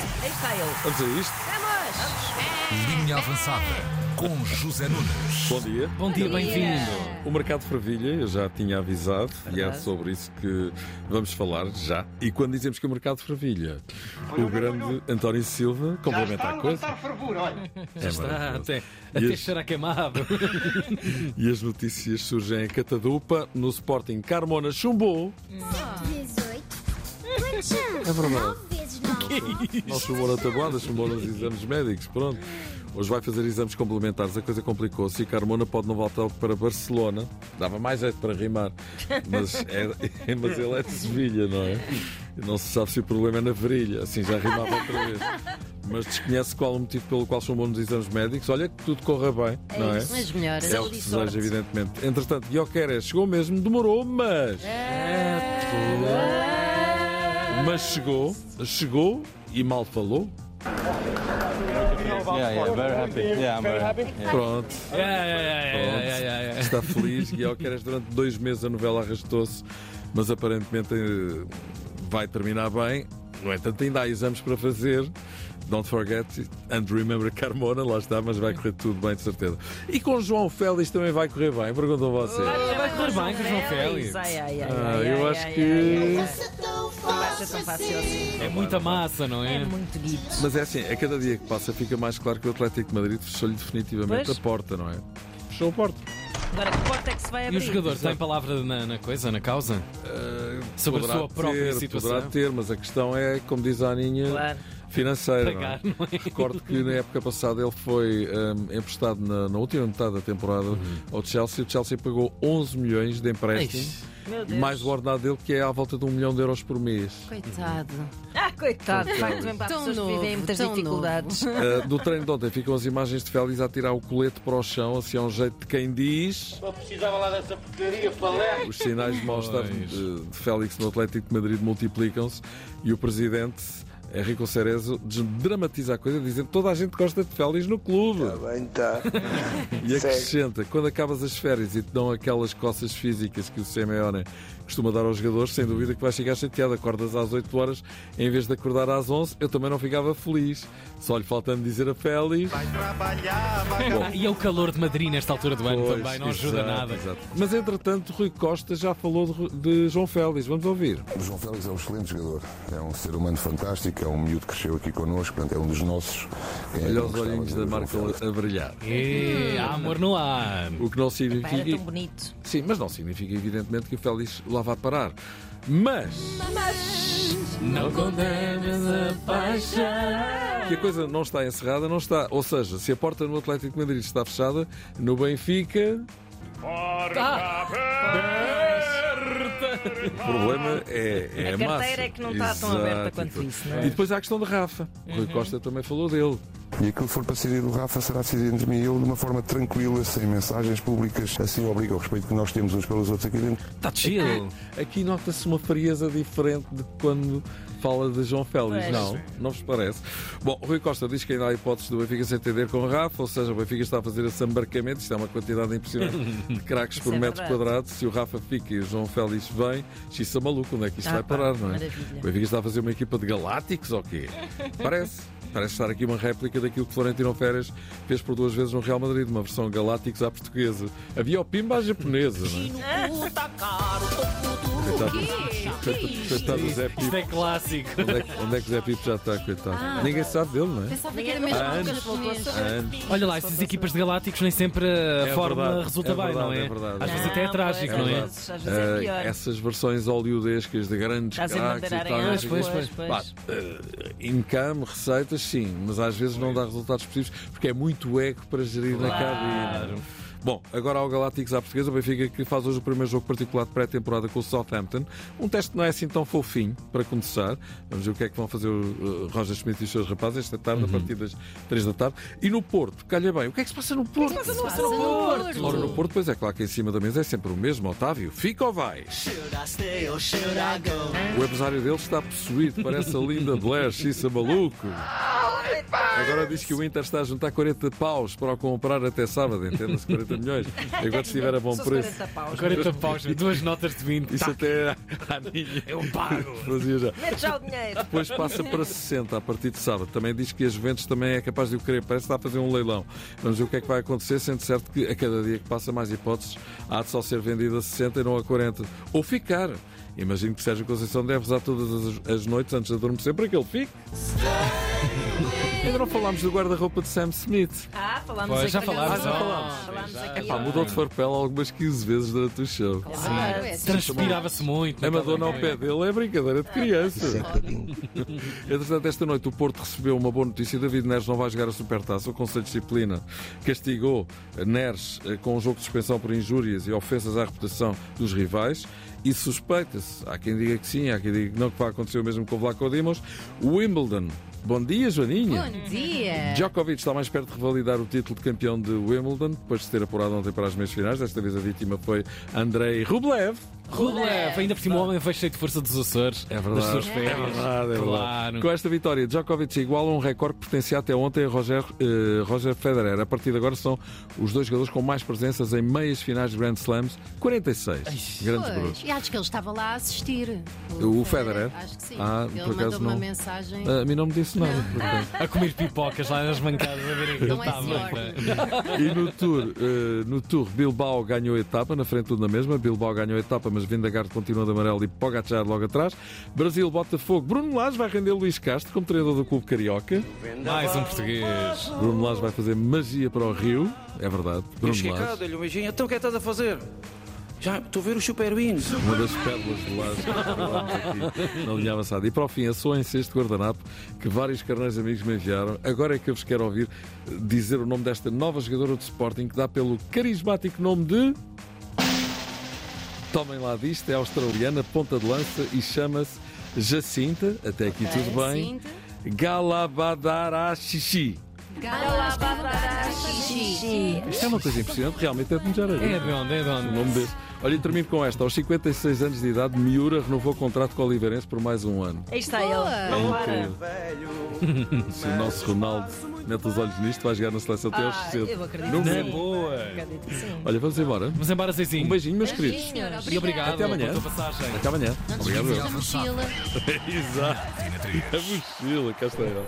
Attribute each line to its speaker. Speaker 1: Cocktail.
Speaker 2: Vamos a isto?
Speaker 1: Vamos!
Speaker 3: Linha Avançada com José Nunes.
Speaker 2: Bom dia.
Speaker 4: Bom dia,
Speaker 1: Bom dia.
Speaker 4: bem-vindo.
Speaker 2: O mercado fervilha, eu já tinha avisado e é
Speaker 1: Verdade.
Speaker 2: sobre isso que vamos falar já. E quando dizemos que o mercado fervilha, o grande António Silva
Speaker 5: Já está
Speaker 2: complementa
Speaker 5: a
Speaker 2: a coisa.
Speaker 5: levantar fervura, olha.
Speaker 2: É
Speaker 4: Está
Speaker 2: maravilhoso.
Speaker 4: Ah, até,
Speaker 2: E
Speaker 4: até
Speaker 2: as-
Speaker 4: cheira a queimado.
Speaker 2: E as notícias surgem em catadupa no Sporting Carmona chumbou.
Speaker 6: 18. Quantos são? É
Speaker 2: verdade.
Speaker 6: 9 vezes 9.
Speaker 2: Não chumbou na tabuada, chumbou nos exames médicos, pronto. Hoje vai fazer exames complementares, a coisa complicou-se e Carmona pode não voltar para Barcelona. Dava mais jeito para rimar, mas, é, mas ele é de Sevilha, não é? E Não se sabe se o problema é na virilha, assim já rimava outra vez. Mas desconhece qual o motivo pelo qual chumbou nos exames médicos. Olha que tudo corra bem, não é?
Speaker 1: Mas melhor.
Speaker 2: É o
Speaker 1: Saúde
Speaker 2: que
Speaker 1: e
Speaker 2: se deseja,
Speaker 1: sorte.
Speaker 2: evidentemente. Entretanto, Guioqueres chegou mesmo, demorou, mas.
Speaker 1: É.
Speaker 2: Mas chegou, chegou e mal falou. Pronto,
Speaker 4: É,
Speaker 2: está feliz. Guioqueres durante dois meses a novela arrastou-se, mas aparentemente eh, vai terminar bem. No entanto, ainda há exames para fazer. Don't forget it. and remember Carmona, lá está, mas vai correr tudo bem, de certeza. E com João Félix também vai correr bem, perguntam vocês.
Speaker 4: Ah, Vai correr bem com o João Félix.
Speaker 1: Ai, ai, ai,
Speaker 2: Ah,
Speaker 1: ai,
Speaker 2: eu
Speaker 1: ai,
Speaker 2: acho
Speaker 1: ai, ai,
Speaker 2: que-
Speaker 1: ai, ai. Não baixa é tão fácil assim.
Speaker 4: É muita massa, não é?
Speaker 1: É muito guito.
Speaker 2: Mas é assim, a cada dia que passa fica mais claro que o Atlético de Madrid fechou-lhe definitivamente
Speaker 1: Pois.
Speaker 2: a porta, não é? Fechou a porta.
Speaker 1: Agora, que porta é que se vai
Speaker 4: E
Speaker 1: abrir?
Speaker 4: o jogador tem palavra na, na coisa, na causa? Sobre a
Speaker 2: Ah, Poderá
Speaker 4: sua própria
Speaker 2: ter,
Speaker 4: situação.
Speaker 2: Poderá ter, mas a questão é, como diz a Aninha,
Speaker 1: Claro.
Speaker 2: financeira. não é?
Speaker 4: Pagar, não é?
Speaker 2: Recordo que na época passada ele foi hum, emprestado na, na última metade da temporada
Speaker 4: Uhum.
Speaker 2: ao Chelsea. O Chelsea pagou 11 milhões de empréstimo.
Speaker 4: Eish.
Speaker 1: Meu
Speaker 2: e
Speaker 1: Deus.
Speaker 2: Mais o ordenado dele, que é à volta de 1 milhão de euros por mês.
Speaker 7: Coitado.
Speaker 1: Ah, coitado, de facto, mesmo para
Speaker 7: Tão
Speaker 1: pessoas que
Speaker 7: novo,
Speaker 1: vivem muitas
Speaker 7: tão
Speaker 1: dificuldades.
Speaker 2: Uh, do treino de ontem ficam as imagens de Félix a tirar o colete para o chão, assim é um jeito de quem diz.
Speaker 5: Eu precisava lá dessa porcaria, palé.
Speaker 2: Os sinais de mal-estar de,
Speaker 4: Pois.
Speaker 2: de Félix no Atlético de Madrid multiplicam-se e o presidente Henrique Cerezo dramatiza a coisa dizendo que toda a gente gosta de Félix no clube.
Speaker 8: Bem, tá.
Speaker 2: E acrescenta, quando acabas as férias e te dão aquelas coças físicas que o Simeone costuma dar aos jogadores, sem dúvida que vais chegar chateado. Acordas às 8 horas em vez de acordar às 11. Eu também não ficava feliz. Só lhe faltando dizer a Félix.
Speaker 5: Trabalhar, vagabundo.
Speaker 4: Ah, e é o calor de Madrid nesta altura do ano
Speaker 2: Pois,
Speaker 4: também, não ajuda
Speaker 2: exato,
Speaker 4: nada.
Speaker 2: exato. Mas entretanto, Rui Costa já falou de, Ru- de João Félix. Vamos ouvir.
Speaker 9: O João Félix é um excelente jogador, é um ser humano fantástico, é um miúdo que cresceu aqui connosco, portanto é um dos nossos. Quem é que
Speaker 2: Olha
Speaker 9: não
Speaker 2: os
Speaker 9: gostava
Speaker 2: olhinhos
Speaker 9: de
Speaker 2: da
Speaker 9: ver o João
Speaker 2: marca
Speaker 9: Félix?
Speaker 2: a brilhar.
Speaker 4: E, É, há amor no ar.
Speaker 2: O que não
Speaker 1: Pá,
Speaker 4: é
Speaker 1: era tão
Speaker 2: significa.
Speaker 1: bonito.
Speaker 2: Sim, mas não significa, evidentemente, que o Félix lá vá parar. Mas
Speaker 4: Não condenes a paixão.
Speaker 2: que a coisa não está encerrada, não está. Ou seja, se a porta no Atlético de Madrid está fechada, no Benfica.
Speaker 1: Tá.
Speaker 2: O problema é, é
Speaker 1: A
Speaker 2: massa.
Speaker 1: carteira é que não está tão aberta
Speaker 2: Exato.
Speaker 1: quanto isso, não é? Uhum.
Speaker 2: E depois há a questão de Rafa. O Rui Costa também falou dele.
Speaker 9: E aquilo que for para decidir do Rafa será decidido entre mim e eu de uma forma tranquila, sem mensagens públicas, assim obriga ao respeito que nós temos uns pelos outros aqui dentro.
Speaker 4: Está Tá chill.
Speaker 2: Aqui nota-se uma frieza diferente de quando fala de João Félix,
Speaker 1: Pois.
Speaker 2: não? Não vos parece? Bom, Rui Costa diz que ainda há hipóteses do Benfica se entender com o Rafa, ou seja, o Benfica está a fazer esse embarcamento, isto é uma quantidade impressionante de craques por
Speaker 1: é
Speaker 2: metro
Speaker 1: verdade.
Speaker 2: quadrado. Se o Rafa fica e o João Félix vem, xissa maluco, onde é que isto
Speaker 1: Ah,
Speaker 2: vai
Speaker 1: pá,
Speaker 2: parar, não é?
Speaker 1: maravilha.
Speaker 2: O Benfica está a fazer uma equipa de galácticos ou quê? Parece. Parece estar aqui uma réplica daquilo que Florentino Férias fez por duas vezes no Real Madrid, uma versão galácticos à portuguesa. Havia o Pimba à japonesa, não é? Coitado, coitado, coitado do Zé
Speaker 4: Isto
Speaker 2: Pipo.
Speaker 4: é clássico.
Speaker 2: Onde é, que- onde é que o Zé Pipo já está, coitado? Ninguém sabe dele, não é?
Speaker 7: Pensava que era mesmo
Speaker 2: Há
Speaker 7: um
Speaker 2: anos.
Speaker 7: japonês.
Speaker 2: Há anos.
Speaker 4: Olha lá, essas equipas de galácticos nem sempre a
Speaker 2: É
Speaker 4: forma
Speaker 2: verdade,
Speaker 4: resulta
Speaker 2: é
Speaker 4: bem,
Speaker 2: verdade,
Speaker 4: não é?
Speaker 2: é verdade.
Speaker 4: Às vezes até é
Speaker 1: Não,
Speaker 4: trágico,
Speaker 1: pois,
Speaker 4: não
Speaker 1: Às
Speaker 4: é?
Speaker 1: vezes, às vezes é
Speaker 2: Ah,
Speaker 1: pior.
Speaker 2: essas versões oleodescas de grandes
Speaker 1: Estás a
Speaker 2: craques e
Speaker 1: mandar em
Speaker 2: tal.
Speaker 1: aspas,
Speaker 4: pois,
Speaker 1: pois,
Speaker 2: Pá,
Speaker 1: pois.
Speaker 2: eh, income, receitas, sim, mas às vezes não dá resultados possíveis porque é muito ego para gerir na cabine. Bom, agora ao Galácticos à portuguesa, o Benfica que faz hoje o primeiro jogo particular de pré-temporada com o Southampton. Um teste que não é assim tão fofinho, para começar. Vamos ver o que é que vão fazer o eh, Roger Schmidt e os seus rapazes esta tarde, a partir das 3 da tarde. E no Porto, calha bem, o que é que se passa no Porto?
Speaker 7: Passa no Porto.
Speaker 2: Ora, no Porto, pois é claro que em cima da mesa é sempre o mesmo, Otávio. Fica ou vai? O empresário dele está possuído, parece a linda Blair, xissa maluco. Agora diz que o Inter está a juntar 40 paus para o comprar até sábado, entenda-se, 40 milhões. Enquanto estiver a tá bom
Speaker 1: Só
Speaker 2: preço.
Speaker 1: 40 paus.
Speaker 4: 40 paus, duas notas de 20.
Speaker 2: Isso
Speaker 4: Tá,
Speaker 2: até é
Speaker 4: eu pago.
Speaker 2: fazia já.
Speaker 1: Mete já o dinheiro.
Speaker 2: Depois passa para 60 a partir de sábado. Também diz que as Juventus também é capaz de o querer. Parece que está a fazer um leilão. Vamos ver o que é que vai acontecer, sendo certo que a cada dia que passa mais hipóteses há de só ser vendida a 60 e não a 40. Ou ficar. Imagino que Sérgio Conceição deve usar todas as, as noites antes de adormecer para que ele fique. Ainda não falámos do guarda-roupa de Sam Smith.
Speaker 1: Ah, falámos
Speaker 4: Pois,
Speaker 1: aqui.
Speaker 4: já falámos,
Speaker 1: Ah,
Speaker 4: já
Speaker 1: falámos.
Speaker 4: falámos.
Speaker 1: Falámos
Speaker 4: Já,
Speaker 1: aqui.
Speaker 4: já.
Speaker 2: Pá, mudou de farpela algumas 15 vezes durante o show.
Speaker 1: Claro, é.
Speaker 4: Transpirava-se muito.
Speaker 2: A
Speaker 4: naquela
Speaker 2: Madonna ao pé
Speaker 4: noite.
Speaker 2: dele é brincadeira de criança. Entretanto, esta noite o Porto recebeu uma boa notícia. David Neres não vai jogar a Supertaça. O Conselho de Disciplina castigou Neres eh, com um jogo de suspensão por injúrias e ofensas à reputação dos rivais. E suspeita-se, há quem diga que sim, há quem diga que não, que vai acontecer o mesmo com o Vlaco Dimos. Wimbledon. Bom dia, Joaninha.
Speaker 7: Bom dia!
Speaker 2: Djokovic está mais perto de revalidar o título de campeão de Wimbledon, depois de se ter apurado ontem para as meias finais. Desta vez a vítima foi Andrei Rublev.
Speaker 4: Rublev, ainda por cima o homem é, foi cheio de força dos Açores.
Speaker 2: É verdade.
Speaker 4: Das suas férias.
Speaker 2: É verdade, é verdade.
Speaker 4: Claro.
Speaker 2: Com esta vitória, Djokovic iguala um recorde que pertencia até ontem a Roger, eh, Roger Federer. A partir de agora são os dois jogadores com mais presenças em meias finais de Grand Slams, 46. Grandes
Speaker 7: Pois.
Speaker 2: bruxos.
Speaker 7: E acho que ele estava lá a assistir.
Speaker 2: O Federer?
Speaker 7: Acho que sim.
Speaker 2: Ah,
Speaker 7: ele
Speaker 2: por
Speaker 7: mandou
Speaker 2: acaso
Speaker 7: uma
Speaker 2: não.
Speaker 7: mensagem.
Speaker 2: Ah, A mim não me disse nada. portanto.
Speaker 4: A comer pipocas lá nas bancadas a ver aquilo.
Speaker 7: Não é
Speaker 4: Tá bem,
Speaker 7: senhor.
Speaker 4: tá.
Speaker 2: E no tour, eh, no tour, Bilbao ganhou a etapa, na frente tudo na mesma. Bilbao ganhou a etapa, mas Vindegarde continua de amarelo e Pogacar logo atrás. Brasil, Botafogo. Bruno Lage vai render Luís Castro como treinador do Clube Carioca.
Speaker 4: Mais um português.
Speaker 2: Bruno Lage vai fazer magia para o Rio. É verdade.
Speaker 8: Eu
Speaker 2: Bruno
Speaker 8: cheguei cá,
Speaker 2: Lage.
Speaker 8: dei-lhe um beijinho. Então o que é que estás a fazer? Já estou a ver o Super Wings.
Speaker 2: Uma das pérolas de Lázaro que falámos aqui na linha avançada. E para o fim, a sua incesto guardanapo que vários carnais amigos me enviaram. Agora é que eu vos quero ouvir dizer o nome desta nova jogadora de Sporting que dá pelo carismático nome de. Tomem lá disto, é australiana, ponta de lança e chama-se Jacinta. Até aqui tudo bem.
Speaker 7: Jacinta.
Speaker 2: Galabadarashishi. Isto é uma coisa impressionante, realmente é de mejar a
Speaker 4: É de onde? É de
Speaker 2: o
Speaker 4: onde?
Speaker 2: nome desse. Olha, e termino com esta. Aos 56 anos de idade, Miura renovou o contrato com o Oliveirense por mais um ano.
Speaker 1: Aí está
Speaker 7: Boa.
Speaker 1: ele. Não para.
Speaker 2: incrível. Se o nosso Ronaldo mete os olhos nisto, vai jogar na seleção até aos
Speaker 1: Ah,
Speaker 2: 60.
Speaker 1: eu acredito
Speaker 2: No
Speaker 1: que
Speaker 4: Na
Speaker 2: mínimo.
Speaker 4: boa.
Speaker 1: Acredito que sim.
Speaker 2: Olha, vamos embora.
Speaker 4: Vamos embora, Zezinho.
Speaker 2: Um beijinho, meus
Speaker 7: Sim,
Speaker 2: queridos.
Speaker 7: senhora.
Speaker 4: E obrigado
Speaker 2: Até amanhã.
Speaker 4: pela tua passagem.
Speaker 2: Até amanhã.
Speaker 7: Não
Speaker 2: Obrigado.
Speaker 7: despedes a mochila.
Speaker 2: Exato.
Speaker 3: Antena 3.
Speaker 2: A mochila, cá está ela.